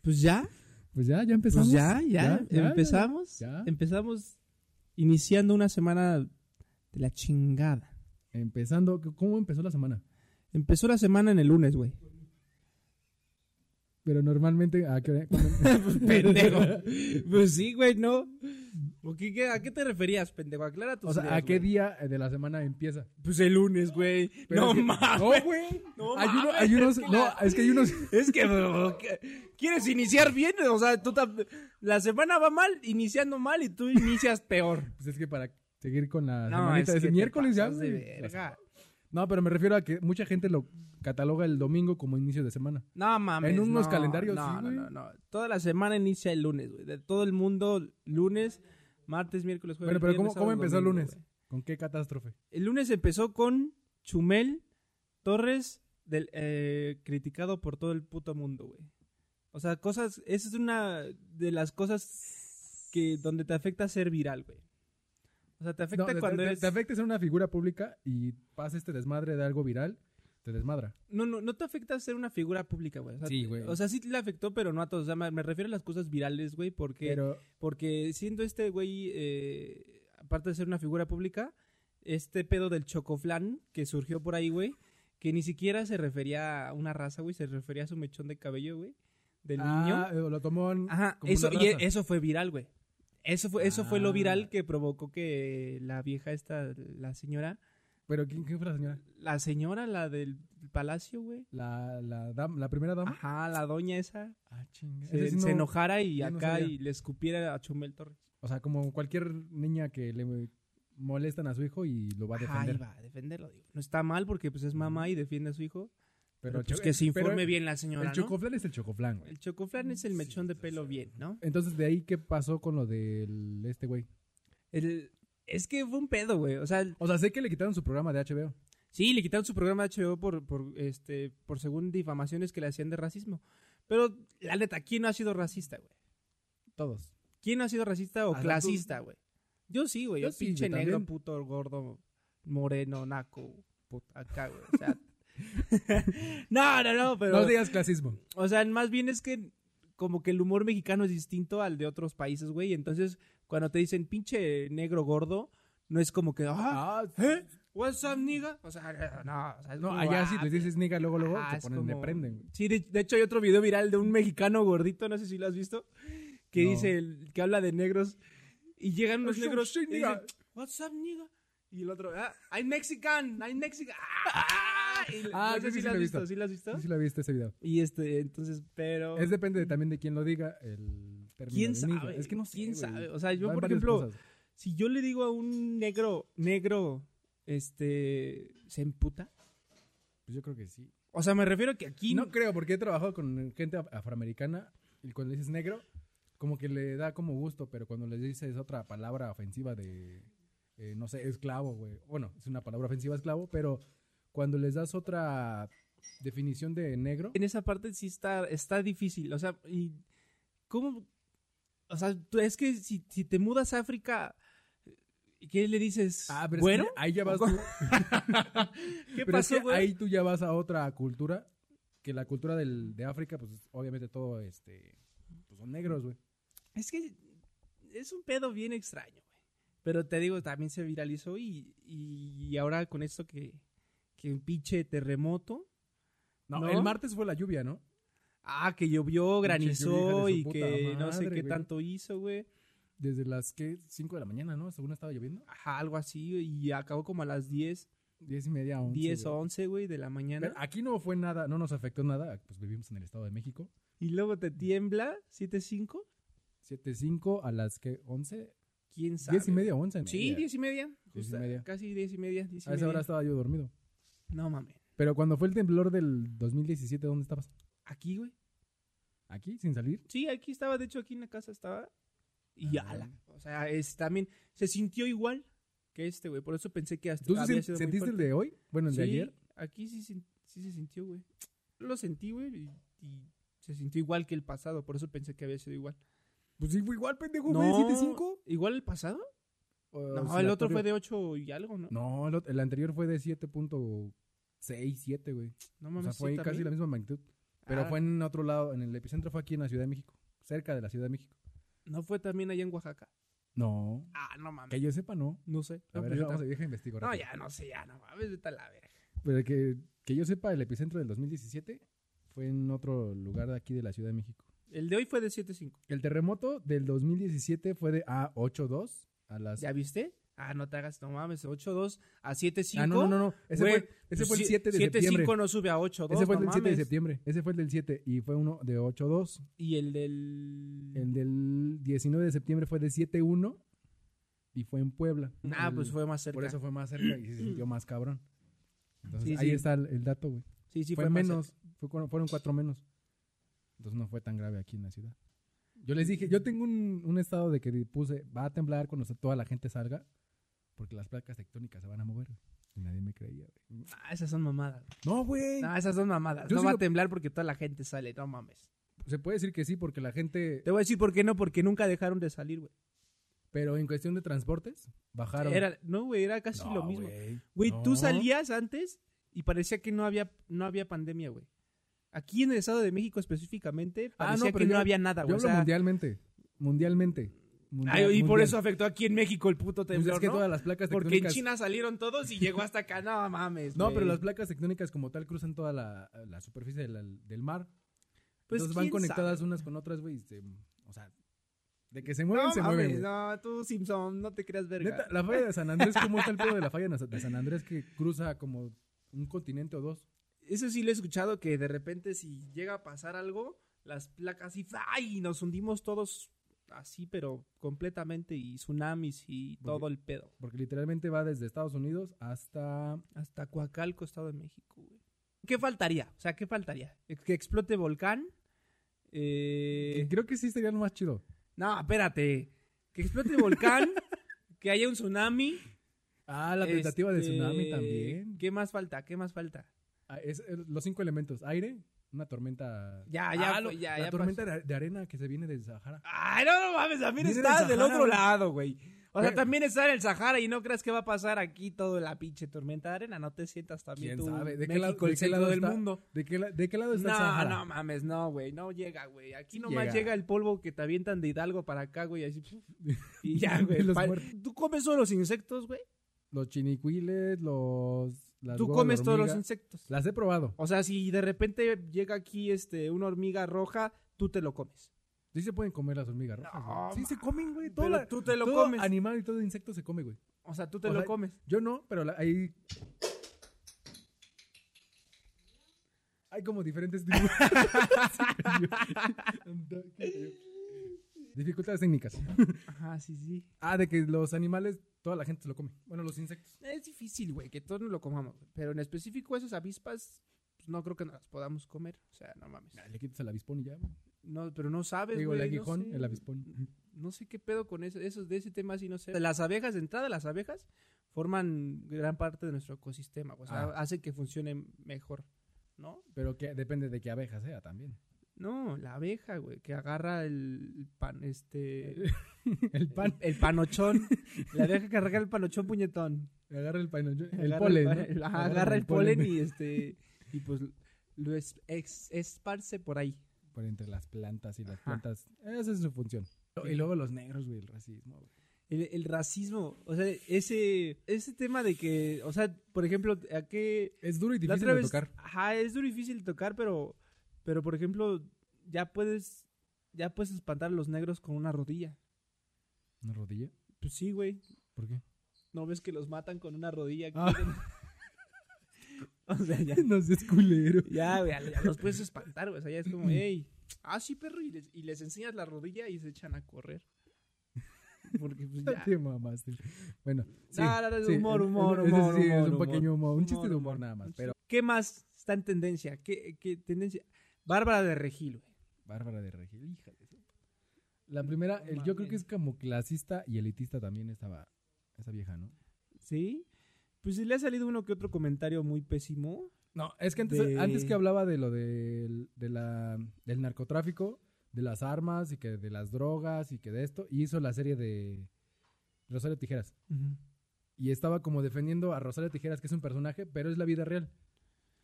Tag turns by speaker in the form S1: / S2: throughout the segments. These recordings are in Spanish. S1: Pues ya,
S2: Pues ya, ya empezamos.
S1: pues ya, ya,
S2: ya,
S1: empezamos.
S2: ya.
S1: Empezamos iniciando una semana de la chingada.
S2: ya. Empezando, ¿cómo empezó la semana?
S1: Empezó la semana en el lunes, güey.
S2: Pero normalmente, ¿a qué hora?
S1: pendejo. Pues sí, güey, ¿no? ¿O qué- qué- ¿A qué te referías, pendejo? Aclara tus
S2: O sea,
S1: ideas,
S2: ¿a qué
S1: güey.
S2: día de la semana empieza?
S1: Pues el lunes, güey.
S2: Pero
S1: No
S2: es que-
S1: mames.
S2: No, güey.
S1: No
S2: hay, uno-
S1: mames,
S2: hay
S1: es
S2: unos,
S1: que
S2: no,
S1: la-
S2: es que hay unos,
S1: Es que bro, ¿qué- quieres iniciar bien, o sea, tú tam- la semana va mal, iniciando mal y tú inicias peor.
S2: pues es que para seguir con la semanita, es
S1: que te
S2: miércoles ya,
S1: pasas de
S2: güey.
S1: verga.
S2: No, pero me refiero a que mucha gente lo cataloga el domingo como inicio de semana.
S1: No mames.
S2: En unos
S1: no,
S2: calendarios,
S1: no,
S2: sí,
S1: no,
S2: güey.
S1: no, no. Toda la semana inicia el lunes, güey. De todo el mundo, lunes, martes, miércoles, jueves.
S2: Bueno, pero ¿cómo,
S1: viernes,
S2: cómo
S1: sábado,
S2: empezó el
S1: domingo,
S2: lunes?
S1: güey.
S2: ¿Con qué catástrofe?
S1: El lunes empezó con Chumel Torres, del, eh, criticado por todo el puto mundo, güey. O sea, cosas. Esa es una de las cosas que donde te afecta ser viral, güey. O sea, te
S2: No,
S1: afecta
S2: te,
S1: cuando
S2: te-
S1: eres.
S2: te afecta ser una figura pública y pasa este desmadre de algo viral, te desmadra.
S1: No, no, no te afecta ser una figura pública, güey. O sea,
S2: Sí, güey.
S1: O sea, sí le afectó, pero no a todos. O sea, me me refiero a las cosas virales, güey, porque.
S2: Pero
S1: Porque siendo este güey, eh, aparte de ser una figura pública, este pedo del chocoflan que surgió por ahí, güey, que ni siquiera se refería a una raza, güey, se refería a su mechón de cabello, güey, del
S2: Ah,
S1: niño.
S2: eh, lo tomó en-
S1: Ajá,
S2: como
S1: eso,
S2: una
S1: y e-
S2: raza.
S1: eso fue viral, güey. Eso fue, eso fue lo
S2: Ah.
S1: viral que provocó que la vieja esta, la señora,
S2: Pero ¿quién, quién fue la señora?
S1: la señora, la del palacio, güey.
S2: ¿La, la, dam- la primera dama?
S1: Ajá, la doña esa.
S2: Ah, chinga.
S1: Ah, Se,
S2: Ese sí no-
S1: se enojara y
S2: yo no
S1: acá
S2: sabía.
S1: y le escupiera a Chumel Torres.
S2: O sea, como cualquier niña que le molestan a su hijo y lo va a
S1: Ajá,
S2: defender.
S1: iba a defenderlo, digo. No está mal porque pues es mamá y defiende a su hijo. Pero,
S2: el
S1: pues
S2: cho-
S1: que se
S2: pero
S1: informe bien la señora,
S2: El
S1: ¿no?
S2: chocoflan es el chocoflan, güey.
S1: El chocoflan es el mechón de pelo bien, ¿no?
S2: Entonces, de ahí, ¿qué pasó con lo del este güey?
S1: El- es que fue un pedo, güey. O sea, el-
S2: O sea, sé que le quitaron su programa de HBO.
S1: sí, le quitaron su programa de HBO por, por, este, por según difamaciones que le hacían de racismo. Pero, la neta, ¿quién no ha sido racista, güey?
S2: Todos.
S1: ¿Quién no ha sido racista o
S2: Ah, tú-
S1: clasista, güey? Yo sí, güey.
S2: Yo
S1: Yo,
S2: sí,
S1: pinche
S2: güey,
S1: negro,
S2: también.
S1: puto, gordo, moreno, naco, puta, acá, güey. O sea... no, no, no, pero...
S2: No digas clasismo.
S1: O sea, más bien es que como que el humor mexicano es distinto al de otros países, güey. Entonces, cuando te dicen pinche negro gordo, no es como que, ah,
S2: Ah,
S1: ¿eh? What's up, nigga? O sea, no, o sea, es
S2: No,
S1: como,
S2: allá
S1: ah,
S2: si les dices nigga, luego, luego,
S1: ah,
S2: se
S1: es
S2: ponen,
S1: como-
S2: le prenden, güey.
S1: Sí, de, de hecho hay otro video viral de un mexicano gordito, no sé si lo has visto, que
S2: No.
S1: dice, el- que habla de negros y llegan unos
S2: Sí,
S1: negros
S2: sí,
S1: y dicen,
S2: nigga.
S1: what's up, nigga? Y el otro, ah, I'm Mexican, I'm Mexican. Ah, y-
S2: Ah,
S1: no
S2: creo que
S1: sé si
S2: sí
S1: lo
S2: lo
S1: has
S2: he
S1: visto,
S2: visto.
S1: ¿sí lo has visto?
S2: Sí, sí, la viste ese video.
S1: Y este, entonces, pero...
S2: Es depende de- también de quién lo diga el término.
S1: ¿Quién
S2: de nigga.
S1: sabe?
S2: Es que no sé.
S1: ¿Quién
S2: güey.
S1: sabe? O sea, yo,
S2: Van
S1: por
S2: varias
S1: ejemplo,
S2: cosas.
S1: Si yo le digo a un negro, negro, este, ¿se emputa?
S2: Pues yo creo que sí.
S1: O sea, me refiero a que aquí...
S2: No creo, porque he trabajado con gente af- afroamericana y cuando le dices negro, como que le da como gusto, pero cuando le dices otra palabra ofensiva de, eh, no sé, esclavo, güey. Bueno, es una palabra ofensiva esclavo, pero cuando les das otra definición de negro,
S1: En esa parte sí está, está difícil. O sea, y ¿cómo? O sea, tú- es que si, si te mudas a África, ¿y ¿qué le dices?
S2: ah, pero es
S1: ¿Bueno?
S2: que ahí ya vas
S1: ¿O
S2: tú,
S1: ¿Qué
S2: pero es
S1: pasó,
S2: que
S1: güey?
S2: ahí tú ya vas a otra cultura, que la cultura del, de África, pues obviamente todo, este, pues son negros, güey.
S1: Es que es un pedo bien extraño, güey. Pero te digo, también se viralizó y, y ahora con esto que, que un pinche terremoto.
S2: No,
S1: ¿No?
S2: el martes fue la lluvia, ¿no?
S1: Ah, que llovió, granizó
S2: lluvia de su
S1: y
S2: puta
S1: que no sé
S2: madre,
S1: qué
S2: güey.
S1: tanto hizo, güey.
S2: Desde las, ¿qué? 5 de la mañana, ¿no? Según estaba lloviendo.
S1: Ajá, algo así, güey, y acabó como a las 10,
S2: Diez y media, once.
S1: 10 o
S2: güey.
S1: 11, güey, de la mañana.
S2: Pero ah. aquí no fue nada, no nos afectó nada, pues vivimos en el Estado de México.
S1: Y luego te tiembla, 7, 5,
S2: 7.5 a las que 11,
S1: quién sabe.
S2: 10 y media, 11. y
S1: Sí,
S2: media.
S1: 10 y media.
S2: Diez y
S1: justa-
S2: media.
S1: Casi 10 y media, 10 y
S2: A esa hora
S1: media.
S2: estaba yo dormido.
S1: No mames.
S2: Pero cuando fue el temblor del 2017, ¿dónde estabas?
S1: Aquí, güey.
S2: ¿Aquí? ¿Sin salir?
S1: Sí, aquí estaba, de hecho, aquí en la casa estaba. Y
S2: Ah.
S1: ala. O sea, es también, se sintió igual que este, güey. Por eso pensé que hasta
S2: ¿Tú sí
S1: había
S2: sen-
S1: sido muy
S2: sentiste el
S1: fuerte.
S2: de hoy? Bueno, el de
S1: Sí,
S2: ayer.
S1: Aquí sí, sin- sí se sintió, güey. Lo sentí, güey, y, y se sintió igual que el pasado. Por eso pensé que había sido igual.
S2: Pues sí, fue igual, pendejo, güey,
S1: No,
S2: 7.5.
S1: ¿Igual el pasado?
S2: O-
S1: No, el
S2: oscilatorio.
S1: otro fue de 8 y algo, ¿no? No,
S2: No, el, ot- el anterior fue de 7.67, güey.
S1: mames.
S2: o sea, fue
S1: sí,
S2: casi
S1: también.
S2: la misma magnitud. Pero
S1: Ah.
S2: fue en otro lado, en el epicentro fue aquí en la Ciudad de México, cerca de la Ciudad de México.
S1: ¿No fue también allá en Oaxaca?
S2: No,
S1: Ah, no mames.
S2: que yo sepa, no.
S1: No sé.
S2: A
S1: No,
S2: ver,
S1: pues yo
S2: vamos a
S1: tampoco.
S2: vieja investigo.
S1: No,
S2: rápido.
S1: ya, no sé, ya, no mames, vete a la verga.
S2: Pero que, que yo sepa, el epicentro del 2017 fue en otro lugar de aquí de la Ciudad de México.
S1: El de hoy fue de 7.5.
S2: El terremoto del 2017 fue de A82 a las...
S1: ¿Ya viste? Ah, no te hagas, no mames, 8.2 a Pues 7.5.
S2: ah, no, no, no, no. Ese,
S1: Güey,
S2: fue, ese fue el 7 de septiembre.
S1: 7.5 no sube a 8.2.
S2: Ese fue el
S1: no
S2: del 7 de
S1: mames.
S2: septiembre. Ese fue el del 7 y fue uno de 8-2.
S1: Y el del.
S2: El del 19 de septiembre fue de 7-1 y fue en Puebla.
S1: Ah,
S2: El-
S1: pues fue más cerca.
S2: Por eso fue más cerca y se sintió más cabrón. Entonces,
S1: Sí,
S2: ahí
S1: sí.
S2: está el, el dato, güey.
S1: sí, sí,
S2: fue,
S1: fue, más cerca.
S2: menos. Fue, cu- fueron cuatro menos. Entonces no fue tan grave aquí en la ciudad. Yo les dije, yo tengo un, un estado de que puse, va a temblar cuando se- toda la gente salga, porque las placas tectónicas se van a mover. güey. Y nadie me creía, güey.
S1: Ah, esas son mamadas.
S2: No, güey.
S1: No, esas son mamadas.
S2: Yo
S1: no
S2: sí
S1: va
S2: lo-
S1: a temblar porque toda la gente sale, no mames.
S2: Se puede decir que sí, porque la gente
S1: Te voy a decir por qué no, porque nunca dejaron de salir, güey.
S2: Pero en cuestión de transportes, bajaron.
S1: Era, no, güey, era casi
S2: No,
S1: lo mismo.
S2: güey.
S1: Güey, tú
S2: No.
S1: salías antes y parecía que no había, no había pandemia, güey. Aquí en el Estado de México específicamente parecía
S2: Ah, pero
S1: que
S2: yo-
S1: no había nada,
S2: Yo
S1: güey.
S2: hablo
S1: O sea,
S2: mundialmente. Mundialmente. mundial-
S1: ay, y por
S2: mundial.
S1: eso afectó aquí en México el puto
S2: Pues
S1: temblor,
S2: es que
S1: ¿no?
S2: todas las placas
S1: Porque en
S2: tectónicas-
S1: China salieron todos y llegó hasta acá. No mames,
S2: No,
S1: güey.
S2: pero las placas tectónicas como tal cruzan toda la, la superficie de la- del mar.
S1: Pues,
S2: Entonces van
S1: ¿quién
S2: conectadas
S1: sabe?
S2: unas con otras, güey. y se- O sea, de que se mueven,
S1: No
S2: se
S1: mames,
S2: mueven. güey.
S1: no, tú Simpson, no te creas verga.
S2: Neta, la falla de San Andrés, ¿cómo está el pedo de la falla de San Andrés que cruza como un continente o dos?
S1: Eso sí lo he escuchado que de repente si llega a pasar algo, las placas y ¡ay! Nos hundimos todos así, pero completamente y tsunamis y
S2: Porque-
S1: todo el pedo.
S2: Porque literalmente va desde Estados Unidos hasta
S1: Hasta Coacalco, Estado de México, güey. ¿Qué faltaría? O sea, ¿qué faltaría? Ex- Que explote volcán. Eh...
S2: Que Creo que sí sería lo más chido.
S1: No, espérate. Que explote volcán. que haya un tsunami.
S2: Ah, la tentativa de
S1: este,
S2: tsunami también.
S1: ¿Qué más falta? ¿Qué más falta?
S2: Ah, es, eh, los cinco elementos: aire, una tormenta.
S1: Ya, ya,
S2: Ah, lo-
S1: fue, ya,
S2: La
S1: ya
S2: tormenta de, de arena que se viene del Sahara.
S1: Ay, no, no mames, también
S2: Viene
S1: está
S2: del
S1: del
S2: Sahara,
S1: otro
S2: güey.
S1: lado, güey. O sea,
S2: Güey.
S1: también está en el Sahara y no creas que va a pasar aquí todo la pinche tormenta de arena. No te sientas también
S2: ¿Quién
S1: tú,
S2: sabe? ¿De qué
S1: México,
S2: lado- de
S1: el
S2: qué
S1: centro
S2: lado
S1: del
S2: está?
S1: mundo.
S2: ¿De qué, la- de qué lado está el
S1: No,
S2: Sahara?
S1: no mames, no, güey, no llega, güey. Aquí nomás
S2: llega.
S1: llega. el polvo que te avientan de Hidalgo para acá, güey, así. Y ya,
S2: De
S1: güey.
S2: los
S1: Pa-
S2: muertos.
S1: Tú comes todos los insectos, güey.
S2: Los chinicuiles, los. las
S1: Tú
S2: gordas de
S1: comes todos los
S2: hormiga.
S1: insectos.
S2: Las he probado.
S1: O sea, si de repente llega aquí este una hormiga roja, tú te lo comes.
S2: Sí se pueden comer las hormigas rojas.
S1: No,
S2: güey. sí se comen, güey. Todo,
S1: Pero
S2: la-
S1: tú te lo
S2: todo
S1: comes.
S2: animal y todo insecto se come, güey.
S1: O sea, tú te
S2: O
S1: lo
S2: sea,
S1: comes.
S2: Yo no, pero la- hay. Hay como diferentes tipos. Dificultades técnicas.
S1: Ajá, sí, sí.
S2: Ah, de que los animales, toda la gente se lo come. Bueno, los insectos.
S1: Es difícil, güey, que todos nos lo comamos, güey. Pero en específico esas avispas, pues no creo que nos las podamos comer. O sea, no mames.
S2: Ah, Le quitas el avispón y ya. güey.
S1: No, pero no sabes,
S2: Digo, el
S1: güey, no
S2: aguijón,
S1: sé.
S2: el avispón.
S1: No sé qué pedo con eso, esos de ese tema sí no sé. Las abejas, de entrada, las abejas forman gran parte de nuestro ecosistema. O sea,
S2: Ah.
S1: hacen que funcione mejor, ¿no?
S2: Pero que depende de qué abeja sea también.
S1: No, la abeja, güey, que agarra el el pan, este...
S2: El pan.
S1: El, el panochón. la abeja que agarra el panochón puñetón.
S2: Agarra el pan. El
S1: Agarra
S2: polen.
S1: pa-
S2: ¿no?
S1: el- ajá, agarra el polen, y este... Y pues lo es- ex- esparce por ahí.
S2: Por entre las plantas y las
S1: Ajá.
S2: plantas. Esa es su función. Y luego los negros, güey, el racismo, güey.
S1: El, el racismo, o sea, ese, ese tema de que, o sea, por ejemplo, a qué...
S2: Es duro y
S1: la
S2: difícil
S1: otra
S2: de
S1: vez-
S2: tocar.
S1: Ajá, es muy difícil tocar, pero, pero por ejemplo, ya puedes, ya puedes espantar a los negros con una rodilla.
S2: ¿Una rodilla?
S1: Pues sí, güey.
S2: ¿Por qué?
S1: ¿No ves que los matan con una rodilla? aquí?
S2: Ah.
S1: o sea, ya,
S2: no seas culero.
S1: ya, güey, ya los puedes espantar, güey. O sea, ya es como, hey, ah, sí, perro, y les, y les enseñas la rodilla y se echan a correr. Porque pues ya...
S2: Te mamaste. Bueno, sí,
S1: No, no, no, es
S2: sí,
S1: humor,
S2: en- en-
S1: humor,
S2: en ese
S1: humor,
S2: sí es
S1: humor,
S2: un
S1: humor.
S2: pequeño humor, un chiste
S1: Humor,
S2: de humor
S1: humor.
S2: nada más.
S1: Un
S2: Pero
S1: ¿Qué más está en tendencia? ¿Qué, qué tendencia? Bárbara de Regil, güey.
S2: Bárbara de Regil, hija de su- La primera,
S1: No
S2: el- yo creo que
S1: mames.
S2: es como clasista y elitista también estaba esa vieja, ¿no?
S1: ¿Sí? Pues sí le ha salido uno que otro comentario muy pésimo.
S2: No, es que antes,
S1: De-
S2: antes que hablaba de lo del, de la, del narcotráfico, de las armas y que de las drogas y que de esto, y hizo la serie de Rosario Tijeras. Y estaba como defendiendo a Rosario Tijeras, que es un personaje, pero es la vida real.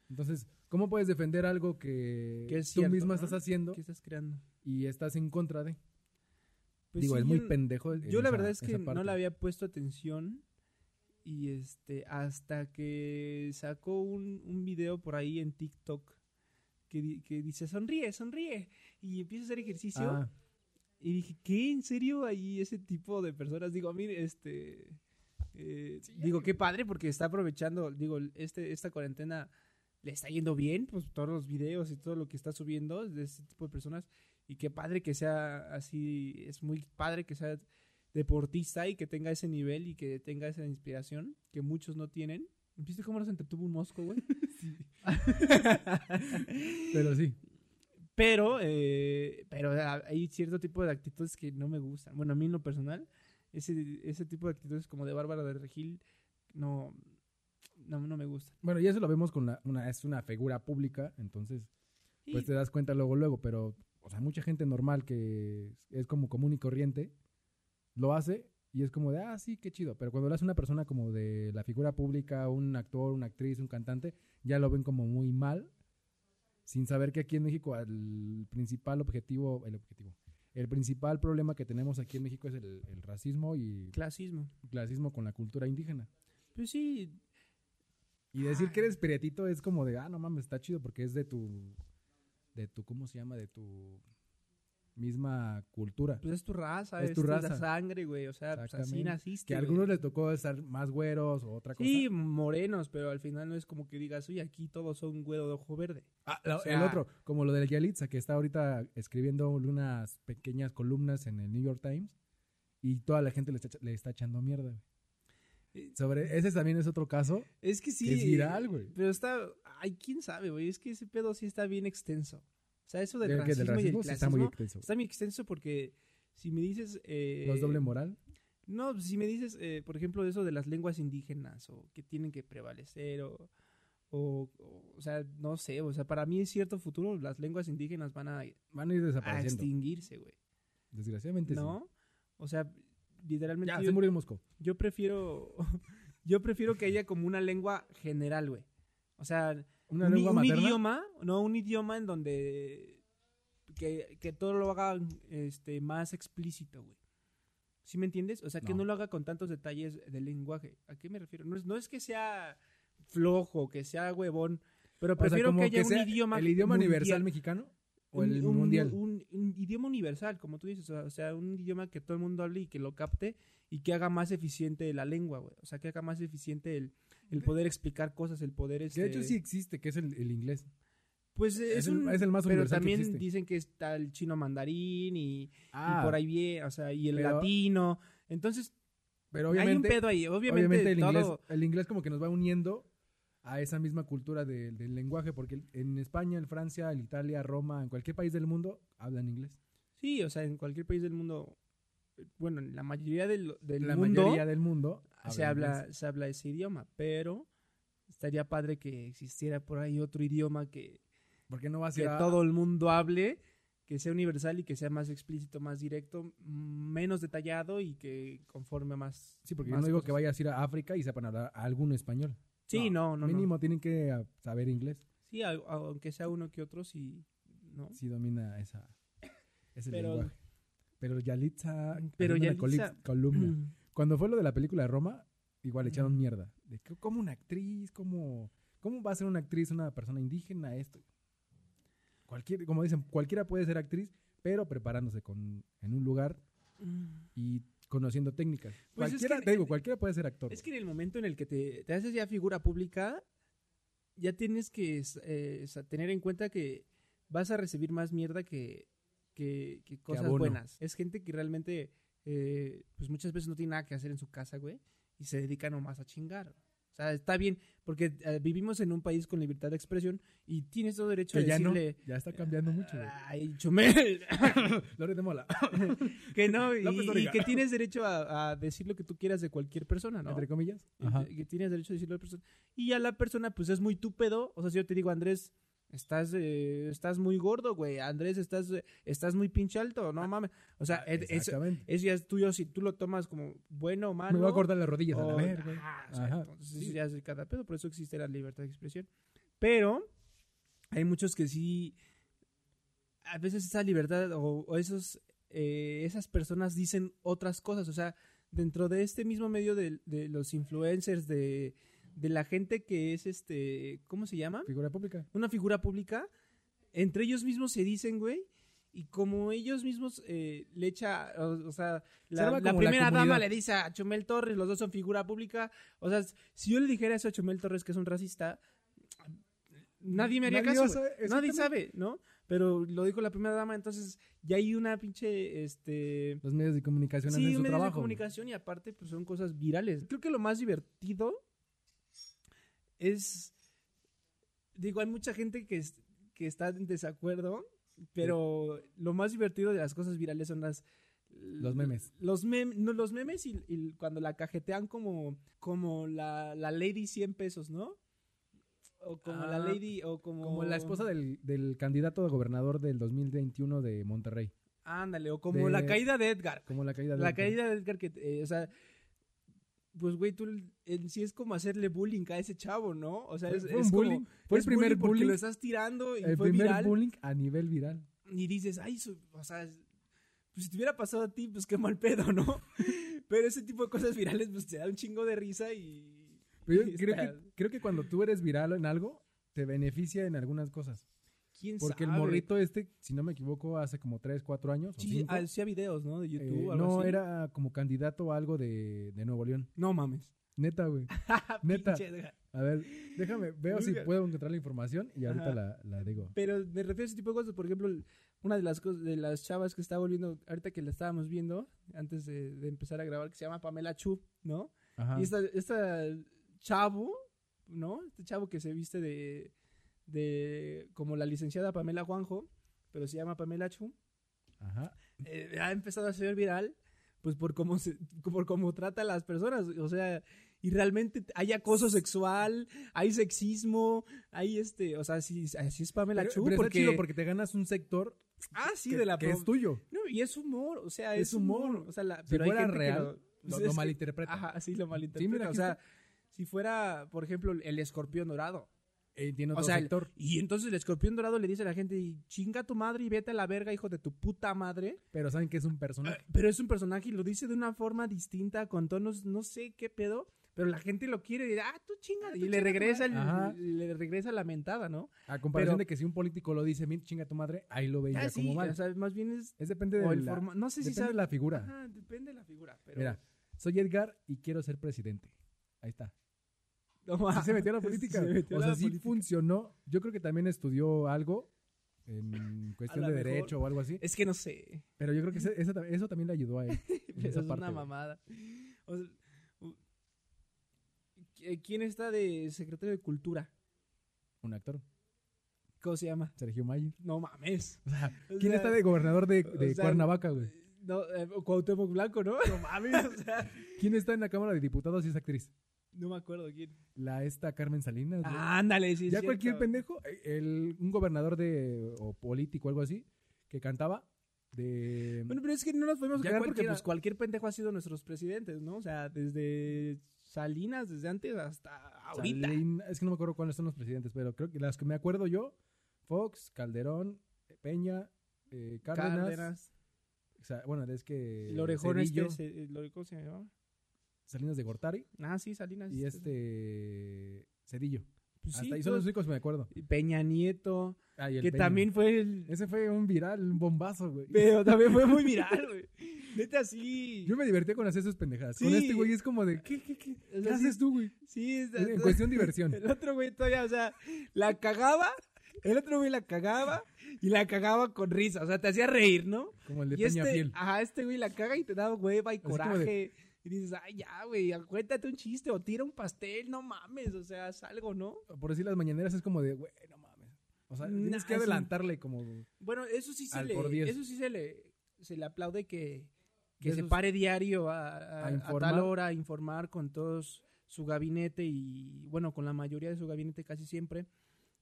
S2: Entonces, ¿cómo puedes defender algo que,
S1: Que es
S2: tú
S1: cierto,
S2: misma
S1: ¿no?
S2: estás haciendo
S1: ¿Qué estás creando?
S2: y estás en contra de?
S1: Pues
S2: Digo,
S1: sí,
S2: es muy
S1: yo-
S2: pendejo. el-
S1: Yo la
S2: esa-
S1: verdad es que
S2: esa
S1: no
S2: parte.
S1: le había puesto atención y este hasta que sacó un, un video por ahí en TikTok que, di- que dice sonríe, sonríe y empieza a hacer ejercicio
S2: Ah,
S1: y dije, ¿qué? ¿En serio hay ese tipo de personas? Digo, a mí este eh,
S2: Sí,
S1: digo,
S2: hay-
S1: qué padre porque está aprovechando, digo, este esta cuarentena le está yendo bien, pues todos los videos y todo lo que está subiendo es de ese tipo de personas y qué padre que sea así, es muy padre que sea deportista y que tenga ese nivel y que tenga esa inspiración que muchos no tienen. ¿Viste cómo nos entretuvo un mosco, güey?
S2: pero sí.
S1: Pero, eh, pero a- hay cierto tipo de actitudes que no me gustan. Bueno, a mí en lo personal, ese, ese tipo de actitudes como de Bárbara de Regil no, no, no me gustan.
S2: Bueno, y eso lo vemos con la- una, es una figura pública, entonces pues
S1: Y-
S2: te das cuenta luego, luego, pero, o sea, mucha gente normal que es como común y corriente, lo hace y es como de, ah, sí, qué chido, pero cuando lo hace una persona como de la figura pública, un actor, una actriz, un cantante, ya lo ven como muy mal, sin saber que aquí en México el principal objetivo, el objetivo, el principal problema que tenemos aquí en México es el, el racismo y
S1: Clasismo.
S2: clasismo con la cultura indígena.
S1: Pues sí,
S2: Y decir
S1: Ay.
S2: que eres prietito es como de, ah, no mames, está chido porque es de tu, de tu, ¿cómo se llama? De tu misma cultura.
S1: pues es tu raza,
S2: Es
S1: es,
S2: tu
S1: tu
S2: raza.
S1: sangre, güey. O sea, pues así
S2: Exactamente.
S1: naciste.
S2: Que a
S1: güey.
S2: algunos les tocó estar más güeros o otra cosa.
S1: Sí, morenos, pero al final no es como que digas, oye, aquí todos son güero de ojo verde.
S2: Ah, la-
S1: o sea-
S2: el otro, como lo del Yalitza, que está ahorita escribiendo unas pequeñas columnas en el New York Times y toda la gente le está, echa- le está echando mierda. güey.
S1: Eh,
S2: Sobre, ese también es otro caso.
S1: Es que sí.
S2: es viral, güey.
S1: Pero está, ay, quién sabe, güey. Es que ese pedo sí está bien extenso. O sea, eso del
S2: Del que-
S1: racismo,
S2: del racismo
S1: y
S2: sí
S1: el
S2: está muy
S1: clasismo
S2: extenso.
S1: está muy extenso porque si me dices... eh,
S2: Los doble moral.
S1: No, si me dices, eh, por ejemplo, eso de las lenguas indígenas o que tienen que prevalecer o, o, o, o sea, no sé. O sea, para mí en cierto futuro las lenguas indígenas van a, a
S2: Van a ir desapareciendo.
S1: extinguirse, güey.
S2: Desgraciadamente sí.
S1: Ah, ¿No? O sea, literalmente...
S2: Ya,
S1: yo-
S2: se murió el mosco.
S1: yo prefiero. Yo prefiero que haya como una lengua general, güey. O sea,
S2: Una
S1: un, i-
S2: lengua
S1: un
S2: materna.
S1: idioma, no, un idioma en donde. Que, que todo lo haga este, más explícito, güey. ¿Sí me entiendes? O sea, que
S2: No.
S1: no lo haga con tantos detalles de lenguaje. ¿A qué me refiero? No es, no es que sea flojo, que sea huevón, pero
S2: O sea,
S1: prefiero
S2: como
S1: que haya un
S2: sea
S1: idioma.
S2: ¿El idioma
S1: mundial.
S2: universal mexicano? ¿O
S1: Un-
S2: el
S1: un-
S2: mundial?
S1: Un, un idioma universal, como tú dices, o sea, un idioma que todo el mundo hable y que lo capte y que haga más eficiente la lengua, güey. O sea, que haga más eficiente el, el poder explicar cosas, el poder...
S2: Que
S1: Este,
S2: de hecho sí existe, que es el, el inglés.
S1: Pues es,
S2: es el-
S1: un-
S2: es el más
S1: Pero
S2: universal que
S1: también
S2: existe.
S1: dicen que está el chino mandarín y, y
S2: Ah,
S1: por ahí viene, o sea, y el
S2: pero-
S1: latino. Entonces,
S2: pero
S1: hay un
S2: obviamente,
S1: pedo ahí. Obviamente,
S2: obviamente el,
S1: todo...
S2: inglés, el inglés como que nos va uniendo a esa misma cultura de- del lenguaje, porque en España, en Francia, en Italia, Roma, en cualquier país del mundo, hablan inglés.
S1: Sí, o sea, en cualquier país del mundo... eh, Bueno, en la mayoría del, del
S2: La
S1: mundo...
S2: mayoría del mundo
S1: se habla, se habla ese idioma, pero estaría padre que existiera por ahí otro idioma que,
S2: Porque no Ah, va a
S1: que
S2: ser a-
S1: todo el mundo hable, que sea universal y que sea más explícito, más directo, mm, menos detallado y que conforme más.
S2: Sí, porque yo
S1: más
S2: no digo
S1: cosas.
S2: que vayas a ir a África y sepan hablar algún español.
S1: Sí, no, no. no.
S2: Mínimo tienen que ah, saber inglés.
S1: Sí, a- aunque sea uno que otro, sí. ¿no?
S2: sí domina esa ese
S1: Pero-
S2: lenguaje. Pero Yalitza,
S1: Pero
S2: haciendo la
S1: Yalitza-
S2: coli- columna.
S1: Mm.
S2: Cuando fue lo de la película de Roma, igual le echaron
S1: Ujú.
S2: mierda. De que, ¿Cómo una actriz? ¿Cómo, ¿Cómo va a ser una actriz una persona indígena? Esto. Cualquier, como dicen, cualquiera puede ser actriz, pero preparándose con, en un lugar
S1: Mm.
S2: y conociendo técnicas.
S1: Pues es
S2: cualquiera,
S1: que-
S2: te digo, cualquiera puede ser actor.
S1: Es que en el momento en el que te, te haces ya figura pública, ya tienes que es- eh, o sea, tener en cuenta que vas a recibir más mierda que, que, que cosas
S2: abono.
S1: buenas. Es gente que realmente, eh, pues muchas veces no tiene nada que hacer en su casa, güey, y se dedica nomás a chingar. O sea, está bien, porque eh, vivimos en un país con libertad de expresión y tienes todo derecho
S2: Que
S1: a
S2: ya no,
S1: decirle... ah,
S2: ya está cambiando mucho. güey.
S1: Ay, Chumel,
S2: Lore de Mola,
S1: que no, y,
S2: López
S1: y
S2: Dóriga.
S1: que tienes derecho a, a decir lo que tú quieras de cualquier persona, ¿no?
S2: entre comillas. Ajá.
S1: que tienes derecho a decirlo a la persona. Y a la persona, pues es muy tu pedo. O sea, si yo te digo, Andrés, estás, eh, estás muy gordo, güey. Andrés, estás, eh, estás muy pinche alto,
S2: Ah,
S1: no mames. O sea, es- es- eso,
S2: Exactamente.
S1: ya es tuyo si tú lo tomas como bueno o malo.
S2: Me va a cortar las rodillas a
S1: o-
S2: la verga.
S1: Ajá, o sea,
S2: Ajá.
S1: entonces
S2: Sí.
S1: ya es de cada pedo. Por eso existe la libertad de expresión. Pero hay muchos que sí, a veces esa libertad o, o esos, eh, esas personas dicen otras cosas. O sea, dentro de este mismo medio de, de los influencers, de, de la gente que es, este, ¿cómo se llama?
S2: Figura pública.
S1: Una figura pública, entre ellos mismos se dicen, güey. Y como ellos mismos eh, le echa, o, o sea, la,
S2: Salva
S1: la
S2: como la
S1: primera dama
S2: comunidad.
S1: le dice a Chumel Torres, los dos son figura pública. O sea, si yo le dijera eso a Chumel Torres, que es un racista, nadie me haría caso.
S2: Nadie va a
S1: güey.
S2: saber-
S1: Nadie
S2: exactamente.
S1: sabe, ¿no? Pero lo dijo la primera dama, entonces ya hay una pinche, este...
S2: Los medios de comunicación
S1: Sí,
S2: hacen su
S1: medios de
S2: trabajo. güey.
S1: comunicación y aparte pues son cosas virales. Creo que lo más divertido es... Digo, hay mucha gente que, es- que está en desacuerdo, pero lo más divertido de las cosas virales son las...
S2: Los memes.
S1: Los, mem- no, los memes y, y cuando la cajetean como, como la, la Lady 100 pesos, ¿no? O como la
S2: Ah,
S1: Lady, o como...
S2: Como la esposa
S1: Mm.
S2: del, del candidato a gobernador del 2021 de Monterrey.
S1: Ándale, o como
S2: de-
S1: la caída de Edgar.
S2: Como la caída de...
S1: La caída de Edgar, que, eh, o sea, pues, güey, tú l- en sí es como hacerle bullying a ese chavo, ¿no? O sea,
S2: Fue,
S1: es,
S2: fue un
S1: es como-
S2: bullying. Fue el
S1: es
S2: primer
S1: porque
S2: bullying.
S1: lo estás tirando y
S2: El
S1: fue
S2: primer
S1: viral.
S2: bullying a nivel viral.
S1: Y dices, ay, su- o sea, es- pues si te hubiera pasado a ti, pues qué mal pedo, ¿no? Pero ese tipo de cosas virales, pues te da un chingo de risa y.
S2: Pero
S1: y
S2: yo creo
S1: está-
S2: que, creo que cuando tú eres viral en algo, te beneficia en algunas cosas.
S1: ¿Quién
S2: Porque el
S1: sabe?
S2: morrito este, si no me equivoco, hace como 3, 4 años. o
S1: Sí,
S2: cinco,
S1: hacía videos, ¿no? De YouTube.
S2: eh,
S1: o algo
S2: no,
S1: así.
S2: era como candidato a algo de, de Nuevo León.
S1: No mames. Ah,
S2: Neta, güey. Neta.
S1: Pinche Edgar.
S2: A ver, déjame, veo si
S1: Verga.
S2: puedo encontrar la información y ahorita
S1: Ajá.
S2: la, la digo.
S1: Pero me refiero a ese tipo de cosas. Por ejemplo, una de las cosas, de las chavas que está volviendo, ahorita que la estábamos viendo, antes de, de empezar a grabar, que se llama Pamela Chu, ¿no?
S2: Ajá.
S1: Y esta, esta chavo, ¿no? Este chavo que se viste de, de como la licenciada Pamela Juanjo, pero se llama Pamela Chu,
S2: Ajá.
S1: eh, ha empezado a ser viral, pues por cómo, se, por cómo trata a las personas, o sea... Y realmente hay acoso sexual, hay sexismo, hay este, o sea, sí, así es Pamela
S2: Pero-
S1: Chu.
S2: pero está
S1: porque,
S2: chido porque te ganas un sector
S1: Ah, sí,
S2: que,
S1: de la
S2: que es
S1: pro-
S2: tuyo.
S1: No, y es humor, o sea, es,
S2: Es humor.
S1: humor. O sea, la,
S2: Si
S1: pero hay
S2: fuera
S1: gente que
S2: real,
S1: lo, pues
S2: Lo,
S1: es
S2: lo
S1: que-
S2: malinterpreta.
S1: Ajá, sí, lo
S2: Sí,
S1: malinterpreta.
S2: mira,
S1: o
S2: aquí
S1: sea,
S2: está.
S1: si fuera, por ejemplo, el escorpión dorado.
S2: Eh, tiene
S1: o
S2: otro
S1: sea, el-
S2: sector.
S1: Y entonces el escorpión dorado le dice a la gente, "Y chinga a tu madre y vete a la verga, hijo de tu puta madre.
S2: Pero saben que es un personaje.
S1: Pero es un personaje y lo dice de una forma distinta, con tonos, no sé qué pedo. Pero la gente lo quiere y dice, ah, tú chinga. Y le regresa, el-
S2: Ajá.
S1: le regresa la mentada, ¿no?
S2: A comparación
S1: Ah, pero-
S2: de que si un político lo dice, "Mira, chinga tu madre, ahí lo veía
S1: Ah,
S2: como
S1: sí,
S2: mal.
S1: o sea, más bien es...
S2: es depende
S1: O
S2: de
S1: el
S2: la,
S1: forma- no sé si
S2: depende
S1: sabe
S2: de la figura.
S1: Ajá, depende de la figura, pero...
S2: Mira, soy Edgar y quiero ser presidente. Ahí está.
S1: No,
S2: Sí se metió a la
S1: mames,
S2: política.
S1: se metió
S2: o
S1: a
S2: sea,
S1: la
S2: sí
S1: política.
S2: funcionó. Yo creo que también estudió algo en cuestión
S1: la
S2: de
S1: mejor.
S2: derecho o algo así.
S1: Es que no sé.
S2: Pero yo creo que ese- esa ta- eso también le ayudó a él. en
S1: pero
S2: esa
S1: es una
S2: parte, güey.
S1: mamada. O sea, u- ¿qui- eh, ¿Quién está de secretario de Cultura?
S2: Un actor,
S1: ¿Cómo se llama?
S2: Sergio Mayer.
S1: No mames.
S2: O sea,
S1: O
S2: ¿quién
S1: sea,
S2: está de gobernador de, de
S1: o sea,
S2: Cuernavaca, güey?
S1: No, eh, Cuauhtémoc Blanco, ¿no? No mames. o sea,
S2: ¿Quién está en la Cámara de Diputados y es actriz?
S1: no me acuerdo quién.
S2: La esta Carmen Salinas. güey.
S1: Ah, ándale, sí. es
S2: ya
S1: cierto.
S2: cualquier pendejo, eh, el, un gobernador de o político algo así que cantaba de
S1: Bueno, pero es que no nos podemos
S2: Ya
S1: quedar porque
S2: cualquiera-
S1: pues, cualquier pendejo ha sido nuestros presidentes, ¿no? O sea, desde Salinas, desde antes hasta ahorita.
S2: Salín- es que no me acuerdo cuáles son los presidentes, pero creo que las que me acuerdo yo, Fox, Calderón, Peña, eh, Cárdenas,
S1: Cárdenas.
S2: o sea, bueno, es que
S1: El orejón este,
S2: Cedillo,
S1: se- el orejón se llamaba.
S2: Salinas de Gortari
S1: Ah, sí, Salinas.
S2: y este Cedillo.
S1: Pues sí,
S2: Hasta ahí son los
S1: todos-
S2: únicos que me acuerdo.
S1: Peña Nieto,
S2: Ah, y el
S1: que
S2: Peña.
S1: también fue el...
S2: ese fue un viral, un bombazo, güey.
S1: Pero también fue muy viral, güey. Neta, sí.
S2: Yo me divertí con hacer esas pendejadas. Con
S1: Sí.
S2: este güey es como de ¿qué, qué, qué?
S1: O
S2: ¿Qué
S1: sea, sí-
S2: haces tú, güey?
S1: Sí, es-
S2: En en cuestión diversión.
S1: El otro güey todavía, o sea, la cagaba, el otro güey la cagaba y la cagaba con risa, o sea, te hacía reír, ¿no?
S2: Como el de
S1: Y
S2: Peña
S1: este,
S2: Fiel.
S1: ajá, este güey la caga y te da hueva y
S2: como de-
S1: coraje. Y dices, ay, ya, güey, cuéntate un chiste o tira un pastel, no mames, o sea, haz algo, ¿no?
S2: Por decir las mañaneras es como de, güey, no mames. O sea,
S1: Nah,
S2: tienes que
S1: es un-
S2: adelantarle como.
S1: Bueno, eso sí se
S2: Al
S1: le,
S2: por diez.
S1: eso sí se le, se le aplaude que, que
S2: De
S1: se
S2: esos-
S1: pare diario a, a-
S2: A
S1: a
S2: informar.
S1: tal hora a informar con todos su gabinete y bueno, con la mayoría de su gabinete casi siempre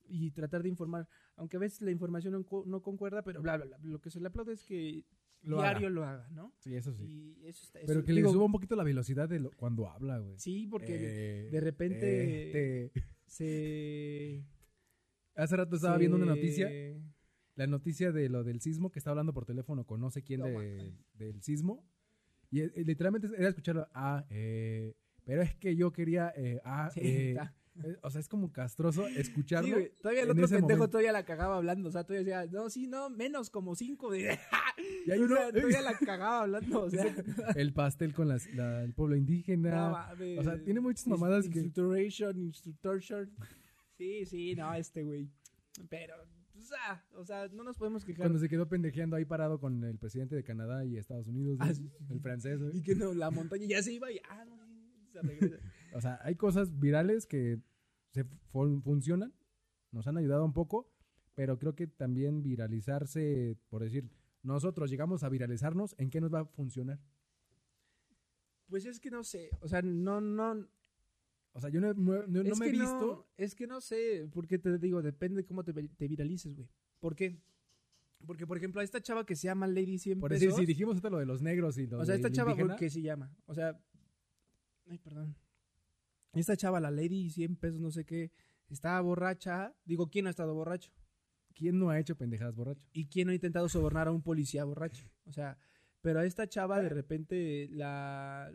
S1: y tratar de informar, aunque a veces la información no, co- no concuerda, pero bla, bla, bla, lo que se le aplaude es que
S2: Lo
S1: diario
S2: haga.
S1: lo haga, ¿no?
S2: Sí, eso sí.
S1: Y eso está,
S2: Pero
S1: eso-
S2: que
S1: digo,
S2: le suba Eh, un poquito la velocidad de lo- cuando habla, güey.
S1: Sí, porque
S2: Eh,
S1: de repente
S2: eh, te-
S1: se
S2: Hace rato estaba viendo una noticia,
S3: Sí.
S2: la noticia de lo del sismo, que estaba hablando por teléfono con no sé quién
S1: No
S2: de-
S1: mames.
S2: del sismo. Y eh, literalmente era escucharlo, ah, eh, pero es que yo quería, eh, ah,
S1: Sí,
S2: eh,
S1: está.
S2: eh, o sea, es como castroso
S1: Sí,
S2: escucharlo.
S1: güey, todavía el
S2: en
S1: otro
S2: ese
S1: pendejo
S2: momento.
S1: todavía la cagaba hablando. O sea, todavía decía, no, sí, no, menos como cinco. De...
S2: y hay
S1: o
S2: uno,
S1: sea, todavía la cagaba hablando. O sea,
S2: el pastel con las- la- el pueblo indígena.
S1: no mames.
S2: o sea, tiene muchas mamadas que...
S1: Instructoration, instructorship. Sí, sí, no, este güey. Pero, o sea, o sea, no nos podemos quejar.
S2: Cuando se quedó pendejeando ahí parado con el presidente de Canadá y Estados Unidos,
S1: Ah,
S2: güey,
S1: sí.
S2: el francés, güey.
S1: Y que no, la montaña ya se iba y, ah, no, sí, se regresa.
S2: O sea, hay cosas virales que se fun- funcionan, nos han ayudado un poco, pero creo que también viralizarse, por decir, nosotros llegamos a viralizarnos, ¿en qué nos va a funcionar?
S1: Pues es que no sé, o sea, no, no,
S2: O sea, yo no, no- no- no
S1: es
S2: me he
S1: que no-
S2: visto.
S1: es que no sé, porque te digo, depende cómo te, vi- te viralices, güey. ¿Por qué? Porque, por ejemplo, a esta chava que se llama Lady 100
S2: Por decir,
S1: pesos,
S2: si dijimos hasta lo de los negros y los
S1: o sea,
S2: de
S1: esta
S2: la
S1: chava, güey,
S2: indígena,
S1: que se llama, o sea, ay, perdón. Esta chava, la Lady 100 pesos, no sé qué, estaba borracha, digo, ¿quién no ha estado borracho?
S2: ¿quién no ha hecho pendejadas borracho?
S1: ¿Y quién no ha intentado sobornar a un policía borracho? O sea, pero a esta chava de repente la,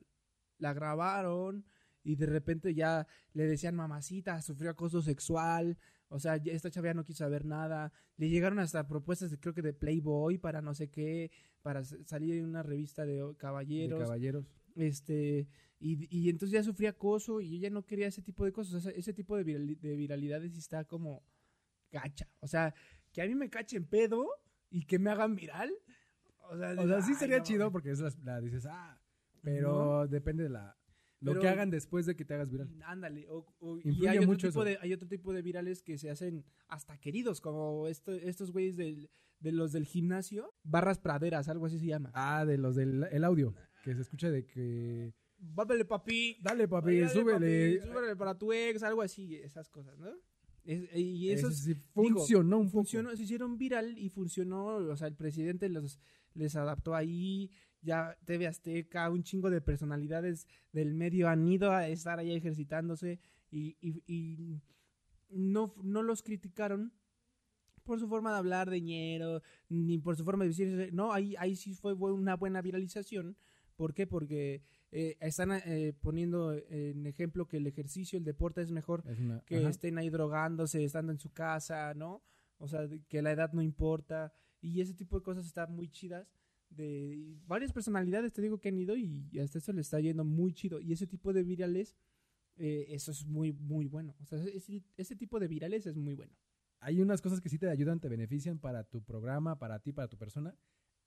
S1: la grabaron y de repente ya le decían mamacita, sufrió acoso sexual. O sea, ya esta chava ya no quiso saber nada. Le llegaron hasta propuestas, de, creo que de Playboy para no sé qué, para s- salir en una revista de o-
S2: De
S1: caballeros.
S2: caballeros.
S1: este y, y entonces ya sufría acoso y ella no quería ese tipo de cosas. O sea, ese tipo de, virali- de viralidades sí está como gacha. O sea, que a mí me cachen pedo y que me hagan viral. O sea,
S2: O sea, sí
S1: ay,
S2: sería
S1: no
S2: chido
S1: mames.
S2: porque es la, la dices, ah, pero depende de la, lo
S1: Pero-
S2: que hagan después de que te hagas viral.
S1: Ándale. o- o- y
S2: Influye
S1: hay otro,
S2: mucho
S1: tipo
S2: eso.
S1: de, hay otro tipo de virales que se hacen hasta queridos, como esto- estos güeyes del- de los del gimnasio. Barras praderas, algo así se llama.
S2: Ah, de los del el audio, que se escucha de que...
S1: Bábele, papi.
S2: Dale, papi,
S1: Órale,
S2: súbele.
S1: papi, súbele para tu ex, algo así, esas cosas, ¿no? Es- y eso
S2: Eso
S1: es-
S2: sí funcionó un poco.
S1: funcionó, se hicieron viral y funcionó, o sea, el presidente los les adaptó ahí, ya TV Azteca, un chingo de personalidades del medio han ido a estar ahí ejercitándose y, y- y no, no los criticaron por su forma de hablar de ñero, ni por su forma de decir, no, ahí, ahí sí fue bu- una buena viralización. ¿Por qué? Porque eh, están eh, poniendo en ejemplo que el ejercicio, el deporte es mejor
S2: Es una-
S1: que
S2: ajá.
S1: estén ahí drogándose, estando en su casa, ¿no? O sea, de- que la edad no importa. Y ese tipo de cosas están muy chidas. De y varias personalidades, te digo, que han ido y, y hasta esto le está yendo muy chido. Y ese tipo de virales, eh, eso es muy, muy bueno. O sea, ese, ese tipo de virales es muy bueno.
S2: Hay unas cosas que sí te ayudan, te benefician para tu programa, para ti, para tu persona,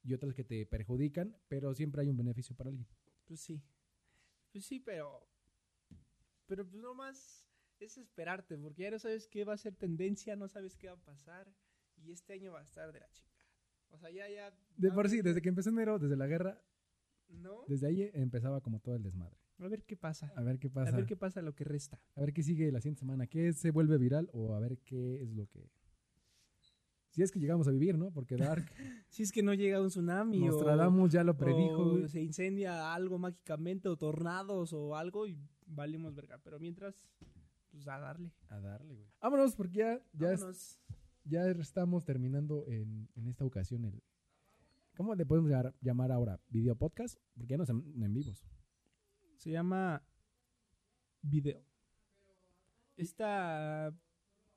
S2: y otras que te perjudican, pero siempre hay un beneficio para alguien.
S1: Pues sí. Pues sí, pero. Pero pues nomás es esperarte, porque ya no sabes qué va a ser tendencia, no sabes qué va a pasar. Y este año va a estar de la chingada. O sea, ya, ya.
S2: De
S1: a
S2: por
S1: ver
S2: sí,
S1: qué-
S2: desde que empezó enero, desde la guerra,
S1: ¿No?
S2: desde ahí empezaba como todo el desmadre.
S1: A ver qué pasa.
S2: A ver qué
S1: A
S2: pasa.
S1: ver qué pasa lo que resta.
S2: sigue la siguiente semana. ¿Qué se vuelve viral o a ver qué es lo que... Si es que llegamos a vivir, ¿no? Porque Dark,
S1: Si es que no llega un tsunami o-
S2: Nostradamus ya lo
S1: o,
S2: predijo. güey.
S1: se incendia algo mágicamente o tornados o algo y valimos verga. Pero mientras, pues a darle.
S2: A darle, güey. Vámonos, porque ya, ya, es-
S1: Vámonos.
S2: ya estamos terminando en, en esta ocasión el... ¿Cómo le podemos llamar, llamar ahora? ¿Video podcast? Porque ya no son en vivos.
S1: Se llama video. Esta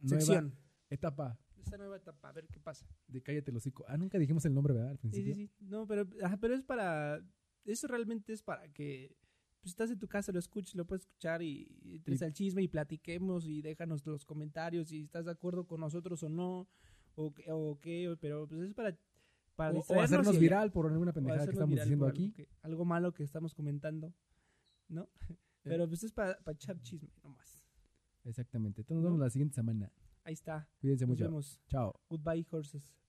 S2: Nueva
S1: sección.
S2: etapa
S1: Esta nueva etapa, a ver qué pasa.
S2: de Cállate el hocico. Ah, nunca dijimos el nombre, ¿verdad? Al
S1: Sí,
S2: principio.
S1: sí, sí. No, pero, ajá, pero es para. Eso realmente es para que. Pues estás en tu casa, lo escuches, lo puedes escuchar y, y entres
S2: Y-
S1: al chisme y platiquemos y déjanos los comentarios si estás de acuerdo con nosotros o no. O, qué- o qué, pero pues es para. para
S2: O- O,
S1: distraernos
S2: hacernos
S1: y-
S2: viral por alguna
S1: o
S2: pendejada que
S1: hacernos
S2: estamos
S1: viral
S2: diciendo
S1: por algo
S2: aquí.
S1: que- Algo, malo que estamos comentando, ¿no? Pero pues es para, para echar chisme nomás.
S2: Exactamente. Entonces nos vemos la siguiente semana.
S1: Ahí está.
S2: Cuídense
S1: Nos
S2: mucho.
S1: vemos.
S2: Chao.
S1: Goodbye, horses.